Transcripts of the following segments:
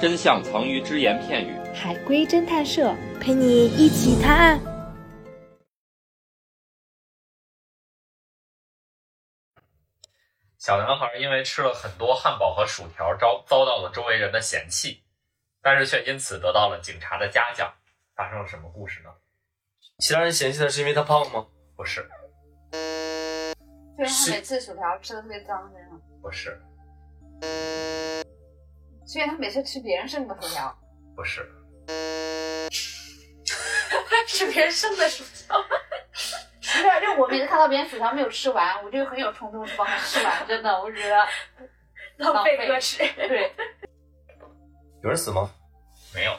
真相藏于只言片语。海龟侦探社陪你一起探案。小男孩因为吃了很多汉堡和薯条，遭遭到了周围人的嫌弃，但是却因此得到了警察的嘉奖。发生了什么故事呢？其他人嫌弃他是因为他胖吗？不是，就是是他每次薯条吃的特别脏那样，不是，所以他每次吃别人剩的薯条， 不是，吃别人剩的薯条。不是，就我每次看到别人薯条没有吃完，我就很有冲动去帮他吃完，真的，我就觉得浪费浪吃。对。有人死吗？没有，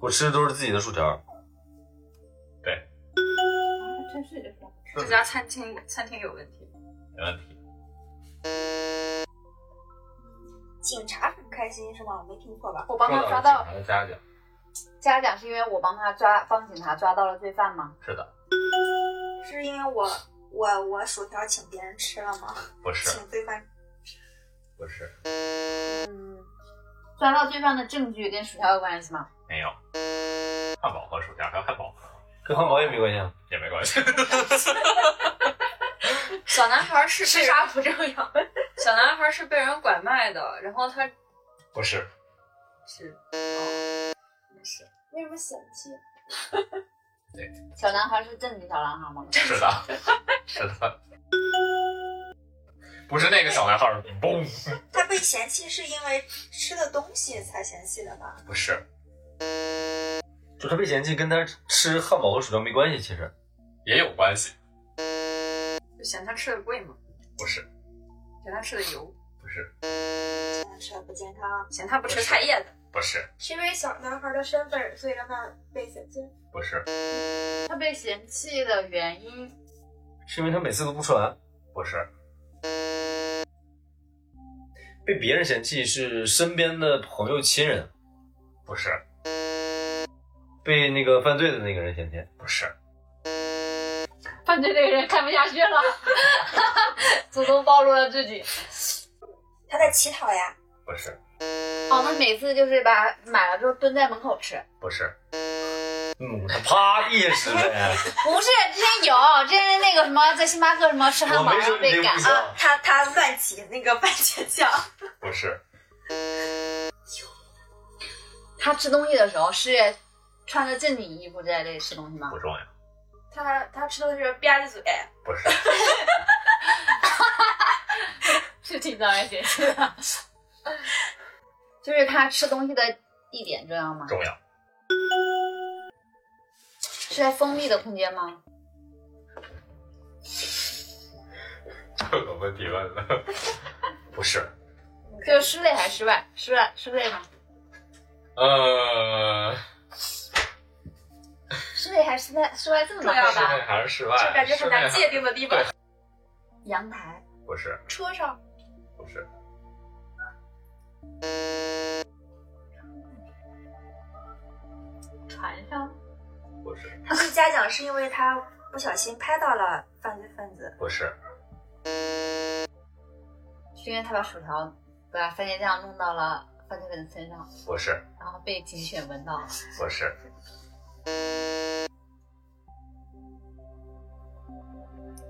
我吃的都是自己的薯条。对，啊真是的，这家餐厅餐厅有问题。没问题。警察很开心是吗？我没听错吧？我帮他抓受了警到察的嘉奖。嘉奖是因为我帮他抓帮警察抓到了罪犯吗？是的，是因为我我我薯条请别人吃了吗？不是，请罪犯不是，嗯，抓到罪犯的证据跟薯条有关系吗？没有。汉堡和薯条还有汉堡跟汉堡也没关系啊。也没关系。 小男孩是被人，不重要。小男孩是被人拐卖的，然后他不是，是哦，没事，为什么嫌弃？小男孩是正经小男孩吗？是的， 是的，不是那个小男孩儿，嘣，他被嫌弃是因为吃的东西才嫌弃的吧？不是，就他被嫌弃，跟他吃汉堡和薯条没关系。其实也有关系，就嫌他吃的贵嘛，不是，嫌他吃的油，不是，这样吃的不健康，嫌他不吃菜叶子，不是，是因为小男孩的身份，所以让他被嫌弃。不是，他被嫌弃的原因，是因为他每次都不吃完，不是，被别人嫌弃是身边的朋友、亲人，不是，被那个犯罪的那个人嫌弃。不是，犯罪这个人看不下去了， 主动暴露了自己。他在乞讨呀。不是，哦，他每次就是把买了之后蹲在门口吃，不是，嗯，他啪地下吃 呗。不是之前有，之前那个什么在星巴克什么吃汉堡我没然说后你这被个赶不，行啊，他他乱起那个番茄酱，不是，他吃东西的时候是穿着正经衣服在那里吃东西吗不？重要，他他吃东西时候吧唧嘴，不是，是挺让人嫌弃的， 就是他吃东西的地点重要吗？重要，是在封闭的空间吗？这个问题问的， 不是，就是室内还是室外？室外室内吗？呃，室内还是室外？室外这么麻重要烦室吧内哎还是室外？就感觉很难室内还界定的地方。阳台不是，车上不是，船上，不是，他被嘉奖是因为他不小心拍到了犯罪分子。不是，是因为他把薯条把番茄酱弄到了犯罪分子身上，不是，然后被警犬闻到了。不是，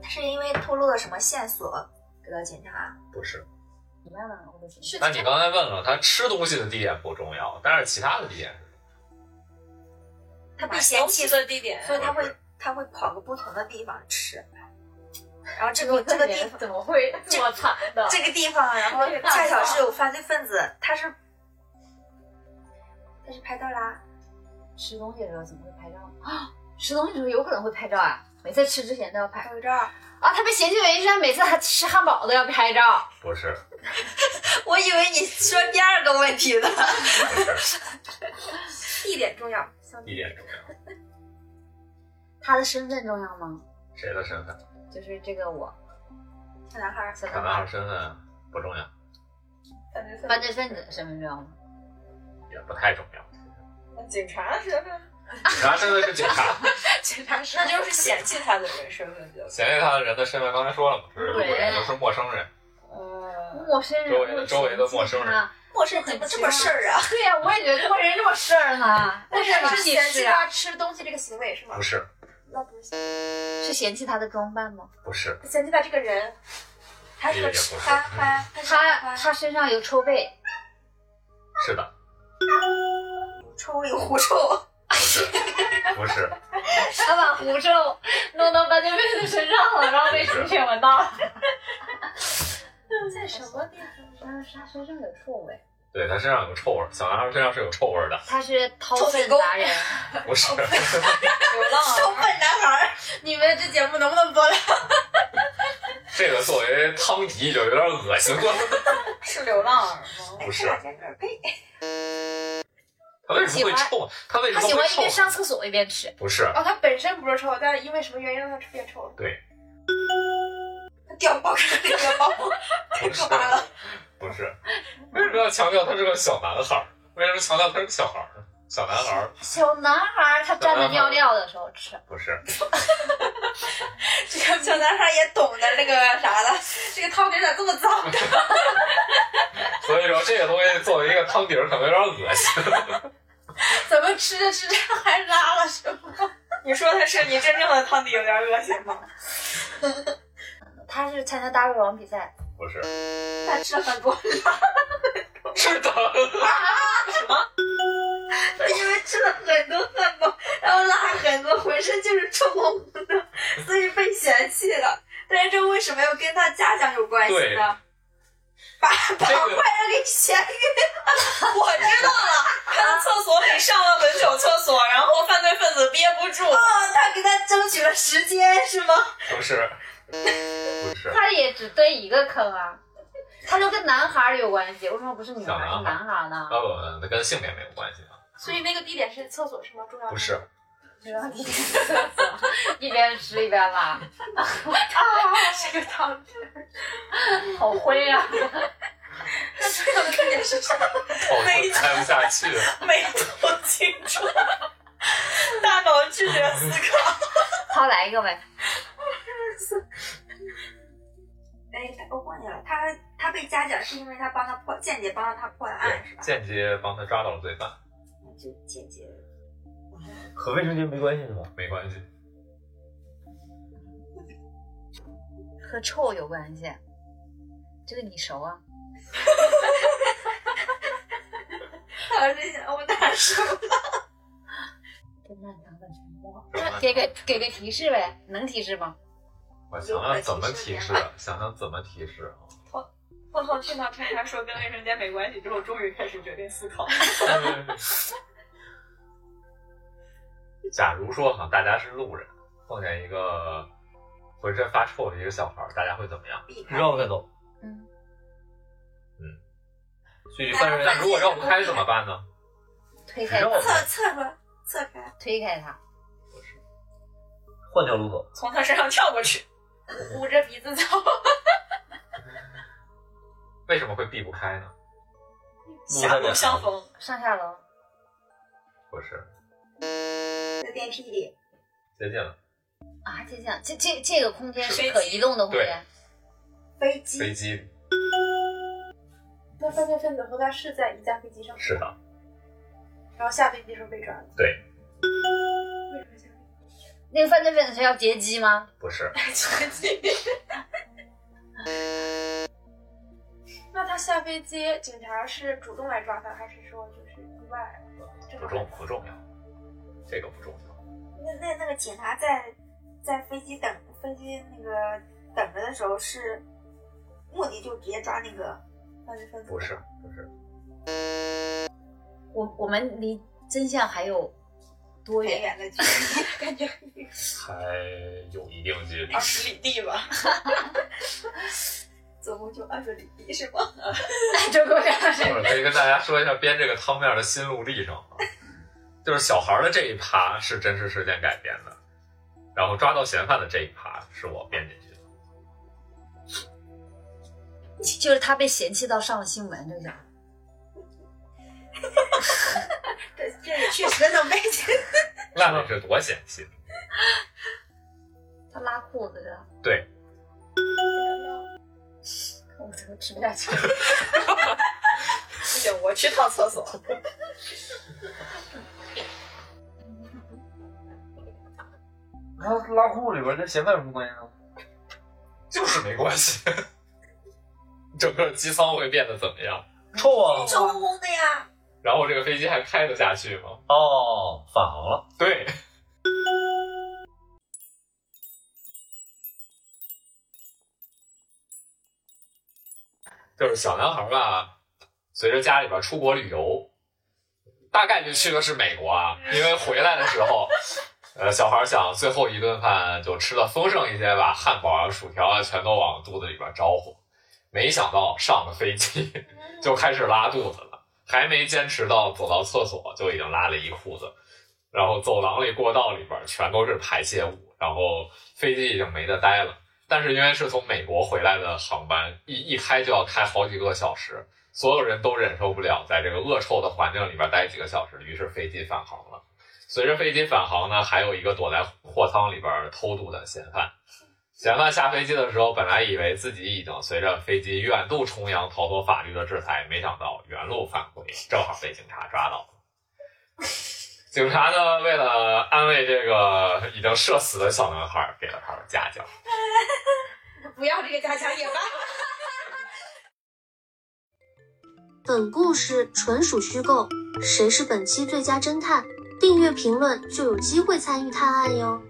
他是因为透露了什么线索给到警察？不是。你问问我的警 那你刚才问了，他吃东西的地点不重要，但是其他的地点是他被嫌弃，所的地点以他不会是他会跑个不同的地方吃，然 后这我个这个地方怎么会这么惨的？这个地方，然后恰巧是有犯罪分子，他是他是拍到啦，吃东西的时候怎么会拍照啊？ 吃东西的时候有可能会拍照啊！每次吃之前都要拍拍个照。啊！他被嫌弃的原因是他每次他吃汉堡都要拍照，不是，我以为你说第二个问题呢，不是地点重要，像地点重要。他的身份重要吗？谁的身份？就是这个我小男孩儿小小男男孩孩身份不重要，犯罪犯罪分子的身份重要吗？也不太重要。警察的身份，警察身份是警察，警察身份那就是嫌弃他的人身份就。嫌弃他的人的身份刚才说了嘛，就是路路人人，就是陌生人。呃，陌生人，周围的周围的陌生人我嫌弃他，陌生人怎么这么事儿啊？啊对呀、我也觉得陌生人这么事 儿呢，但那是是是屁嫌弃事啊？他吃东西这个行为是吗不？是，那不是是嫌弃他的装扮吗？不是，嫌弃他这个人，他是个也不是他他 他他他身上有臭味，是的，有臭味有狐臭，不是，不 是， 他把狐臭弄到斑鸠妹子身上了，然后被朱雀闻到了。在什么地方？但是他身上有臭味，对他身上有臭味儿，小男孩身上是有臭味儿的，他是掏臭粪粪工达 人。不是，流浪啊臭笨男孩儿。你们这节目能不能播了？这个作为汤迪就有点恶心了。 是流浪啊 儿吗？不是这，两件事儿呸！他为什么会臭？他为他什喜么欢会一臭边？上厕所一边吃。不是，哦，他本身不是臭，但因为什么原因让他变臭了？他掉包里面包，太不是可怕了。不 是，为什么要强调他是个小男孩儿？为什么强调他是个小孩儿呢？小男孩儿小男孩他站着尿尿的时候吃，不是，这个小男孩也懂得那个啥了，这个汤底咋这么脏？所以说这个东西作为一个汤底儿，可能有点恶心。怎么吃着吃着还拉了是吗？ 你说的是你真正的汤底有点恶心吗？他是参加大胃王比赛，不是，他吃了很多，是的，他因为吃了很多饭包，然后拉很多，浑身就是臭烘烘的，所以被嫌弃了。但是这为什么要跟他家长有关系对呢？把把坏这个人给嫌我知道了，他在厕所里上了很久厕所，然后犯罪分子憋不住，哦，他给他争取了时间是吗？不是，不是，他也只蹲一个坑啊。他就跟男孩有关系，为什么不是女孩小是男男孩呢？那我们跟性别没有关系啊，所以那个地点是厕所是吗？重要的不 是，一边吃一边拉，这个汤底，好灰啊！哦我猜不下去。眉头紧皱，大脑拒绝思考。 好，来一个呗。哎，他我忘记了，他他被嘉奖是因为他帮他破间接帮了他破了案是对，吧？间接帮他抓到了罪犯，那就间接和卫生间没关系是吧？没关系。和臭有关系，这个你熟啊？ 他是想我 哪说跟漫长的沉默。什么给个给个提示呗，能提示吗？我想想怎么提示，想想怎么提示啊。浩浩听到叉叉说跟卫生间没关系之后，终于开始决定思考。假如说哈，大家是路人，碰见一个浑身发臭的一个小孩儿，大家会怎么样？避开，绕开走，嗯，去犯人但如果绕不开怎么办呢？推开绕侧开侧着侧开，推开它，换条路走，从他身上跳过去，捂着鼻子走，为什么会避不开呢？路在狭路两相条，逢。上下楼。不是，在电梯里，接近了啊，就这样，这这这个空间飞是机可移动的空间，飞飞机机里。那犯罪分子和他是在一架飞机上，是的，然后下飞机的时候被抓了。对，为什么下飞机？那个犯罪分子是要劫机吗？不是，那他下飞机，警察是主动来抓他，还是说就是意外？不重不重要，这个不重要。那那那个警察在在飞机等飞机那个等着的时候是目的就直接抓那个犯罪分子，不是，不是，我我们离真相还有多很远？远的距离，感觉还有一定距离哦 二。十里地吧，总共就二十里地是吗？这够远一会儿可以跟大家说一下编这个汤面的心路历 程啊，就是小孩儿的这一趴是真实事件改编的，然后抓到嫌犯的这一趴是我编进去的。就是他被嫌弃到上了新闻，这个小孩这这也确实能被那得是多嫌弃？他拉裤子的，对，哎我都吃不下去。行，我去趟厕所。那拉裤里边跟嫌犯有什么关系呢？就是没关系。 整个机舱会变得怎么样？臭啊！臭烘烘的呀，然后这个飞机还开得下去吗？哦，返航了。对，就是小男孩儿吧，随着家里边儿出国旅游，大概率去的是美国啊，因为回来的时候，呃，小孩儿想最后一顿饭就吃的丰盛一些吧，汉堡啊、薯条啊全都往肚子里边儿招呼，没想到上了飞机 就开始拉肚子了，还没坚持到走到厕所就已经拉了一裤子。然后走廊里、过道里边全都是排泄物，然后飞机已经没得待了。但是因为是从美国回来的航班，一一开就要开好几个小时，所有人都忍受不了在这个恶臭的环境里边待几个小时，于是飞机返航了。随着飞机返航呢，还有一个躲在货舱里边偷渡的嫌犯。嫌犯下飞机的时候，本来以为自己已经随着飞机远渡重洋，逃脱法律的制裁，没想到原路返回，正好被警察抓到了。警察呢，为了安慰这个已经社死的小男孩儿，给了他的嘉奖。不要这个家乡也罢。本故事纯属虚构，谁是本期最佳侦探？订阅评论就有机会参与探案哟。